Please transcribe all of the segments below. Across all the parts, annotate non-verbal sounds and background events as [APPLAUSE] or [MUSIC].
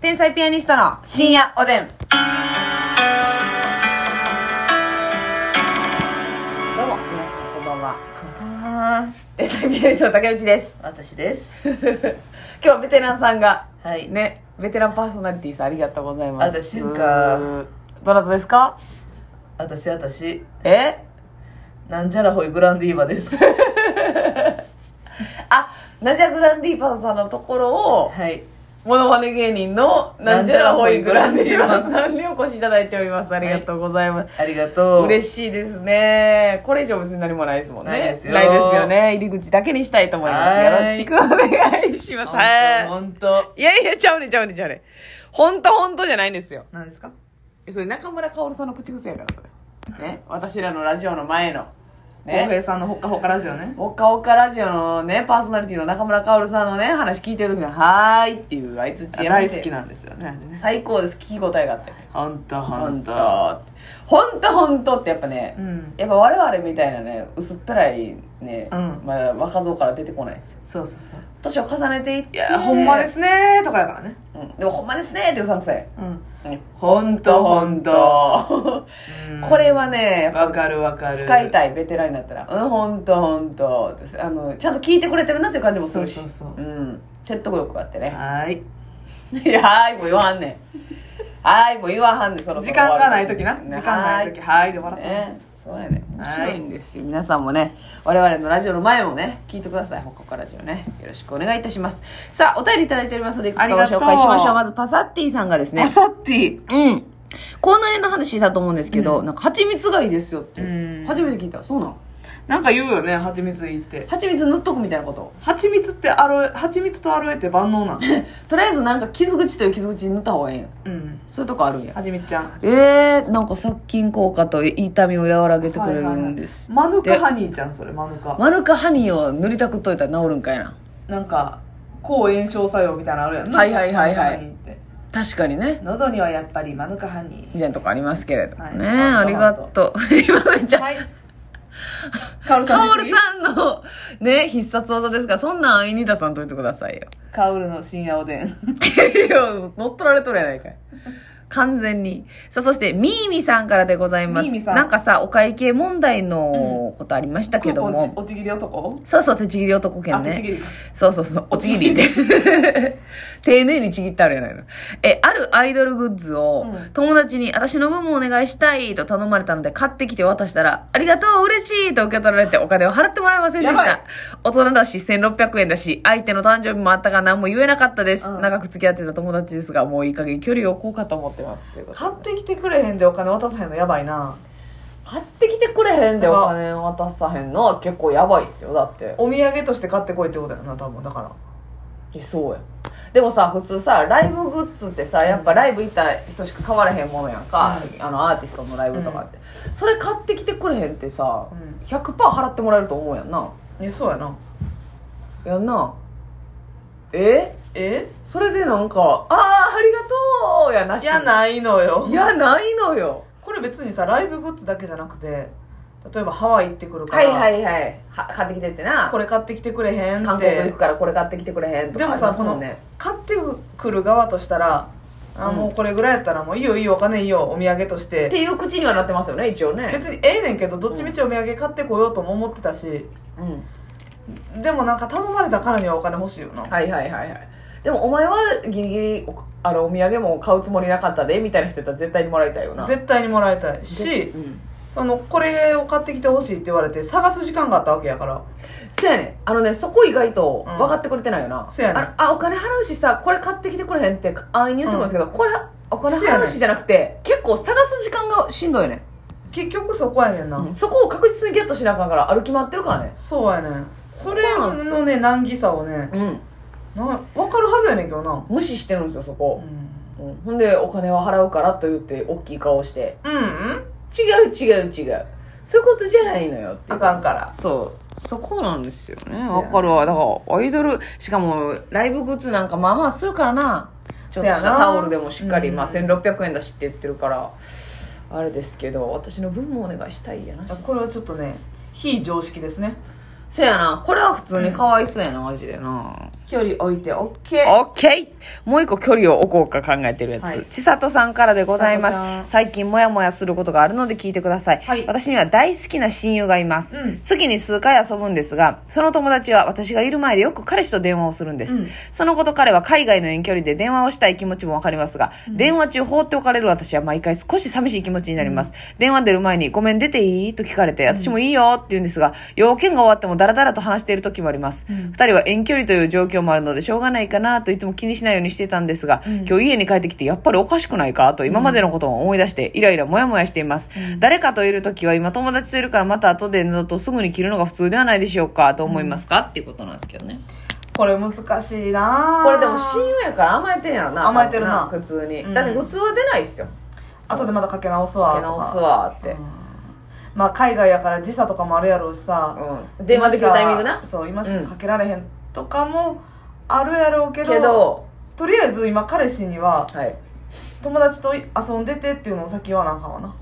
天才ピアニストの深夜おでん。どうも、皆さんこんばんは。こんばんは。天才ピアニストの竹内です。 [LAUGHS] 私です。今日はベテランさんが、はい。ね、ベテランパーソナリティさんありがとうございます。私か。どなたですか私、私、えなんじゃらほいグランディーバです。 [LAUGHS] あ、ナジャグランディーパンさんのところを、はい。モノマネ芸人のなんじゃらほいグランディーパンさんにお越しいただいております。ありがとうございます。ありがとう。嬉しいですね。これ以上別に何もないですもんね。ないですよよね。入り口だけにしたいと思います。よはろいしくお願いします。は本当本い。いやいや、ちゃうねんちゃうねんちゃうねん。ほんとほんとじゃないんですよ。当。なんですかそれ中村薫さんの口癖やから、それ。ね。私らのラジオの前の。浩ね。平さんのほかほかラジオね。おかおかラジオのね、パーソナリティの中村薫さんのね、話聞いてる時に、はーいっていうあいつやめ大て好きなんですよね。あれね最高です。聞き応えがあって。本当ほ本んと当。。ほんとほんとってやっぱね、うん。やっぱ我々みたいなね薄っぺらいね、うんまだ若造から出てこないですよそうそうそう。年を重ねていっていや、ほんまですねーとかだからね。うん、でもほんまですねってうさんくさい、うん。うん、ほんとほんと。これはねわかるわかる。使いい。たいベテランになったら「うんほんとほんと」あのちゃんと聞いてくれてるなっていう感じもするしそうそうそん、説得力があってねはーい。 「 [LAUGHS] いやはーい」もう言わはんねん「はーい」もう言わはんねんその時間がないときな。時間がないとき。はーい。で笑ってね、そうやね面はい白いんですよ皆さんもね我々のラジオの前もね聞いてくださいほっこかラジオねよろしくお願いいたしますさあお便りいただいておりますのでいくつかごありがと紹う介しましょうまずパサッティさんがですます。あねさっていい。うん口内炎の話したと思うんですけど、なんか蜂蜜がいいですよってうん初めて聞いたそうなんなんか言うよね、蜂蜜いいって。蜂蜜塗っとくみたいなこと蜂蜜ってアロエ、蜂蜜とアロエって万能なの [LAUGHS] とりあえずなんか傷口という傷口に塗った方がええんやうん。そういうとこあるんや蜂蜜ちゃん。えー、なんか殺菌効果と痛みを和らげてくれるんです、はいはいはいマヌカハニーちゃん、それ、マヌカ。マヌカハニーを塗りたくっといたら治るんかいななんか、抗炎症作用みたいなのあるやんなはいはいはいはいマヌカハニーって確かにね喉にはやっぱりマヌカハニみたいなとこありますけれどもね、はいありがとう今それじー。ゃあはい。カオルさカんオしルすぎさんのね必殺技ですからそんなん安易に出さんといてくださいよ [LAUGHS] カオルの深夜おでん。いや乗っ取られとるやないかい完全にさあそしてみーみさんからでございますみーみさんなんかさお会計問題のことありましたクけーどポンちも、 [LAUGHS] おちぎり男そうそう手ちぎり男あ、権手ちぎねりか。そうそうそうおちぎりって丁寧にちぎってあるやないのえあるアイドルグッズをうん友達に私の分もお願いしたいと頼まれたので買ってきて渡したらありがとう嬉しいと受け取られてお金を払ってもらえませんでしやばたい大人だし1600円だし相手の誕生日もあったが何も言えなかったです、うん長く付き合ってた友達ですがもういい加減距離を置こうかと思ってますということで買ってきてくれへんでお金渡さへんのやばいな。買ってきてくれへんでお金渡さへんのは結構やばいっすよだってお土産として買ってこいってことやな、多分。だから。いやそうやでもさ普通さライブグッズってさやっぱライブ行った人しか買われへんものやんか、あのアーティストのライブとかって、それ買ってきてくれへんってさ、う100%払ってもらえると思うやんないや、そうやな。やんなええそれでなんか「あーありがとう!」やなしいや、ないのよい。やないのよこれ別にさライブグッズだけじゃなくて例えばハワイ行ってくるかはら、いはいはいは買ってきてってなこれ買ってきてくれへんって韓国行くからこれ買ってきてくれへんとかでもありさますその、ね買ってくる側としたらあうんもうこれぐらいやったらもういいよいいよお金いいよお土産としってていう口にはなってますよね一応ね、別にええねんけどどっちみちお土産買ってこようとも思ってたし、うん、でもなんか頼まれたからにはお金欲しいよな、はいはいはいはいでもお前はギリギリおあのお土産も買うつもりなかったでみたいな人やったら絶対にもらいたいよな絶対にもらいたいしうん、そのこれを買ってきてほしいって言われて探す時間があったわけやからそうやねんあのねそこ意外とうん分かってくれてないよな、そうやねんあのあお金払うしさこれ買ってきてくれへんって安易に言ってもらうんですけど、これお金払うしじゃなくて結構探す時間がしんどいよね、結局そこやねんな、そこを確実にゲットしなあかんから歩き回ってるからねそうやねんそれそうなんすよのね難儀さをね、うんな分かるはずやねんけどな無視してるんですよそうんこ、うん、ほんでお金は払うからと言って大きい顔してうん違う違う違うそういうことじゃないのよっていあうかんからそうそこなんですよねやわかるわだからアイドルしかもライブグッズなんかまあまあするからなちょっとしせやたなタオルでもしっかり、うんまあ、1600円だしって言ってるからあれですけど私の分もお願いしたいやなこれはちょっとね非常識ですねせやなこれは普通にかわいそうやな、マジでな距離置いて OK オッケーもう一個距離を置こうか考えてるやつ、はい千里さんからでござい千里ちゃまんす最近モヤモヤすることがあるので聞いてください、はい私には大好きな親友がいます、うん月に数回遊ぶんですがその友達は私がいる前でよく彼氏と電話をするんです、うんそのこと彼は海外の遠距離で電話をしたい気持ちもわかりますが、電話中放っておかれる私は毎回少し寂しい気持ちになります、電話出る前に「ごめん出ていい?」と聞かれて私もいいよって言うんですが要件が終わってもダラダラと話している時もあります、うん二人は遠距離という状況もあるのでしょうがないかなといつも気にしないようにしてたんですが、うん今日家に帰ってきてやっぱりおかしくないかと今までのことを思い出してイライラモヤモヤしています、うん誰かといる時は今友達といるからまた後でなどとすぐに切るのが普通ではないでしょうかと思いますか、っていうことなんですけどねこれ難しいなこれでも親友やから甘えてんやろな甘えてるな多分普通に、うんだって普通は出ないっすよ後でまたかけ直すわ出とか直すわって、うんまあ海外やから時差とかもあるやろうしさ、うん、電話できるタイミングな今しかそう今しかかけられへんとかもあるやろうけど,、けどとりあえず今彼氏にははい友達と遊んでてっていうのを先言わなあかんわな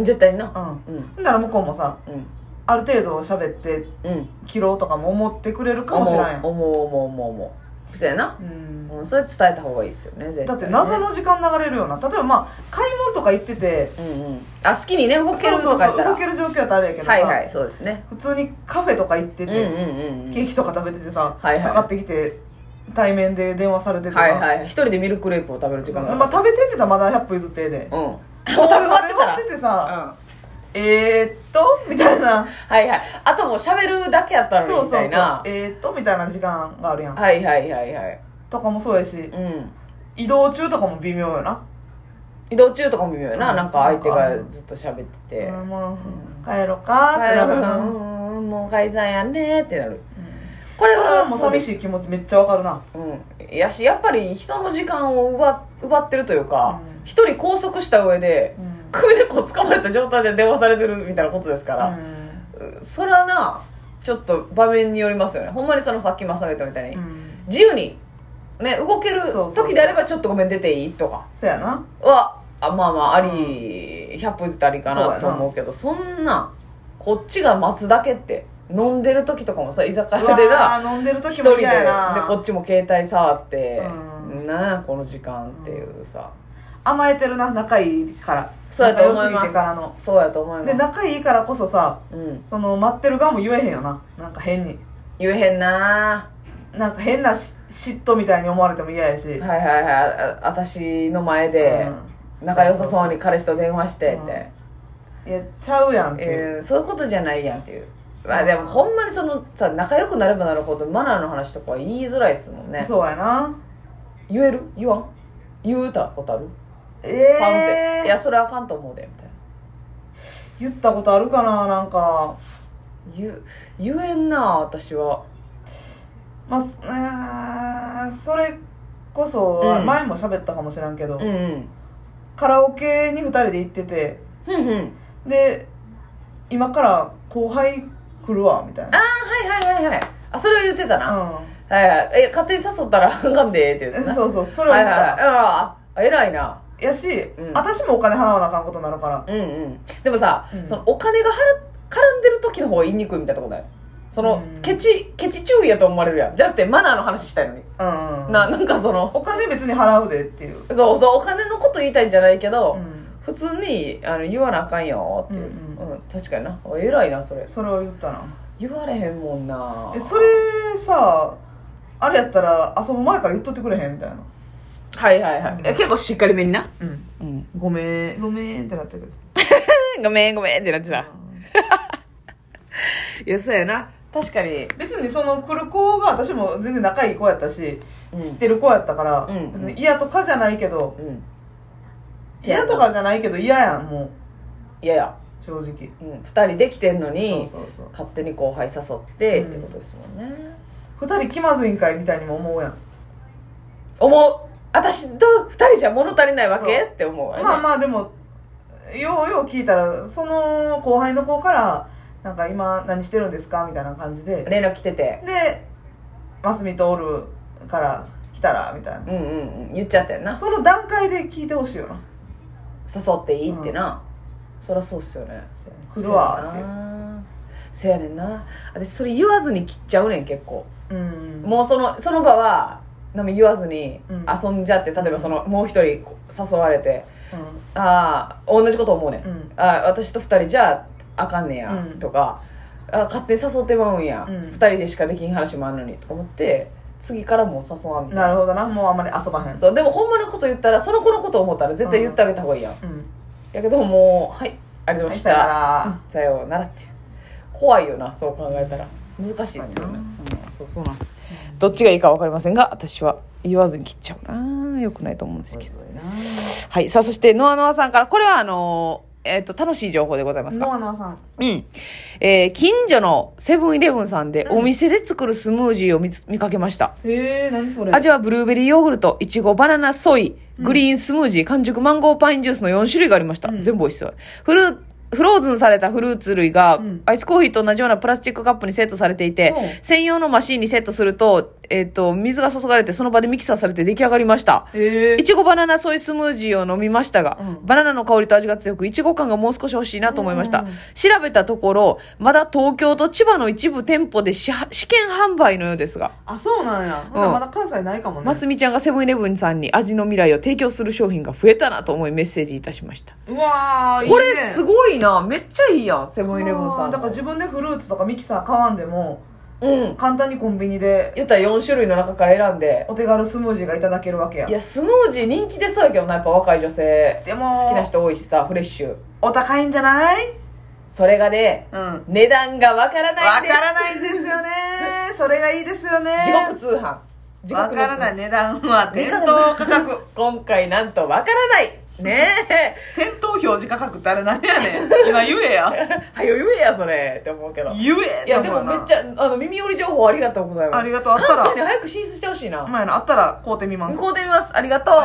絶対になうんうんほんだら向こうもさうんある程度喋ってうん切ろうとかも思ってくれるかもしれんやん、思う思う思う思うそうやな、うんうん、それ伝えた方がいいっすよね絶対ねだって謎の時間流れるような例えばまあ買い物とか行っててうんうんあ好きにね動けるそとかうそやうっそたらう動ける状況やったらあれやけどさ、はいはいそうですね普通にカフェとか行ってうんて、うんうんうんケーキとか食べててさ、はいはいかかってきて対面で電話されててさ、はいはい一人でミルクレープを食べる時そ間のがまあ、食べてってたらまだ100歩譲ってええで、うんもう食べも終う食べわって終たわらっててさ、うんえー、っとみた [LAUGHS] いなはいはいあともう喋るだけやったのそにうみそたういそうなえー、っとみたいな時間があるやん、はいはいはいはいとかもそうやしうん移動中とかも微妙よな、移動中とかも微妙やな、うんなんか相手がずっと喋ってて、うんもう帰ろうかって帰なろうるかな、ううんんうんもう解散やねってなるここれれははもう寂いしい気持ちめっちゃわかるなうん、やしやっぱり人の時間を奪奪ってるというかうん一、人拘束した上でうん、首根っこ掴まれた状態で電話されてるみたいなことですから、それはなちょっと場面によりますよねほんまにそのさっきまさげたみたいに、うん、自由に、ね、動けるそうそうそう時であればちょっとごめん出ていいとかそやなはあまあまああり、100歩譲ってありかそうやななと思うけどそんなこっちが待つだけって飲んでる時とかもさ居酒う屋でなわー飲んでる一時人もでで嫌やなこっちも携帯触って、うなんやこの時間っていうさ、甘えてるな仲いいからそうやと思います仲良すぎてからのそうやと思いますで仲いいからこそさうん、その待ってる側も言えへんよななんか変に言えへんななんか変なし嫉妬みたいに思われても嫌やし、はいはいはいああ私の前でうん仲良さそうに彼氏と電話してうっんて、いやちゃうやんっていう、えーそういうことじゃないやんっていうまあでもほんまにそのさ仲良くなればなるほどマナーの話とかは言いづらいっすもんねそうやな言える言わん言うたことあるえパンって、いえやそれあかんと思うでみたいな言ったことあるかななんか言う言えんな私はまあすあーそれこそ、うん前も喋ったかもしらんけうど、んうんカラオケに2人で行っててふんふんで今から後輩来るわみたいあなあはいはいはいはいあそれを言ってたな、うんはいはいえ勝手に誘ったらあ [LAUGHS] かんでーって言ってたなそうそうそれをは言いっはいたはら、いああ偉いなやし、ん私もお金払わなあかんことになるからうんうんでもさ、うんそのお金がはら絡んでる時の方が言いにくいみたいなとこだよその、うんケチケチ注意やと思われるやんじゃなくてマナーの話したいのに、うん、うん、ななんかそのお金別に払うでっていう、そうそうお金のこと言いたいんじゃないけど、うん、普通にあの言わなあかんよっていう、うんうん確かになお偉いなそれそれを言ったな言われへんもんなえそれさあれやったら遊ぶ前から言っとってくれへんみたいなはいはいはい、え結構しっかりめにな、うんうん、ごめんごめんってなってるごめんごめんってなってたいやそうやな確かに別にその来る子が私も全然仲いい子やったし、うん知ってる子やったから、うん別に嫌とかじゃないけどうん嫌とかじゃないけど嫌やんもいやいや、う正直うん、2人できてんのにそうそう勝手に後輩誘ってってことですもんね、そう2人気まずいんかいみたいにも思うやん思う私と2人じゃ物足りないわけそって思うわね、まあまあでもようよう聞いたらその後輩の子から「なんか今何してるんですか?」みたいな感じで連絡来ててで「ますみとおるから来たら」みたいうんなうんうん言っちゃったよなその段階で聞いてほしいよな誘っていいってな、そりゃそうっすよね「来るわ」そうっやなせやねんな私それ言わずに切っちゃうねん結構うんもうそのその場は何も言わずにうん遊んじゃって、例えばそのもう一人こう誘われてうああ同じこと思うねん、んうんああ私と二人じゃあかんねや、うんとかあ勝手に誘ってまうんや、うん二人でしかできん話もあんのにとか思って次からもう誘わんみたいななるほどなもうあんまり遊ばへんそうでもほんまのこと言ったらその子のこと思ったら絶対言ってあげた方がいいやん、うんやけどもうはいありがとうございまはいしさよたさならようならっていう怖いよなそう考えたら難しいですよ確かにねな、うんそうそうなんですどっちがいいか分かりませんが私は言わずに切っちゃうなよくないと思うんですけどはいさあそしてノアノアさんからこれはあのーえっ、と楽しい情報でございますかノアノアさんうん。えー近所のセブンイレブンさんでお店で作るスムージーを見つ見かけました。えー、何それ味はブルーベリーヨーグルト、いちご、バナナ、ソイ、グリーンスムージー、完熟マンゴーパインジュースの4種類がありました。うん全部美味しそう。フルーフローズンされたフルーツ類がうんアイスコーヒーと同じようなプラスチックカップにセットされていて、うん専用のマシンにセットすると、えっ、と、水が注がれてその場でミキサーされて出来上がりました。えいちごバナナソイスムージーを飲みましたが、うんバナナの香りと味が強く、いちご感がもう少し欲しいなと思いました。うん調べたところ、まだ東京と千葉の一部店舗で試試験販売のようですが、あそうなんや、ほうんなまだ関西ないかもねますみちゃんがセブンイレブンさんに味の未来を提供する商品が増えたなと思いメッセージいたしました。うわーこれすいごいな。めっちゃいいやん、セブンイレブンさあん。ーだから自分でフルーツとかミキサー買わんでもうん。簡単にコンビニで言ったら4種類の中から選んで。お手軽スムージーがいただけるわけやいや、スムージー人気出そうやけどな、やっぱ若い女性。で好もきな人多いしさ、フレッシュ。お高いんじゃないそれがね、うんわ値段がわからないんかです。らないんです [LAUGHS] よねそれがいいですよね地獄通販地わ獄の通からない値段は店頭価格 [LAUGHS] 今回なんとわからない [LAUGHS] ね店頭表示価格ってあれ何やねん今言えやえはよ言えやそれって思うけど [LAUGHS] い言えやでもめっちゃゃあの耳寄り情報ありがとうございますありがとうあったら関西に早く進出してほしいな前のあったら買うてみます向こうで見ますありがとう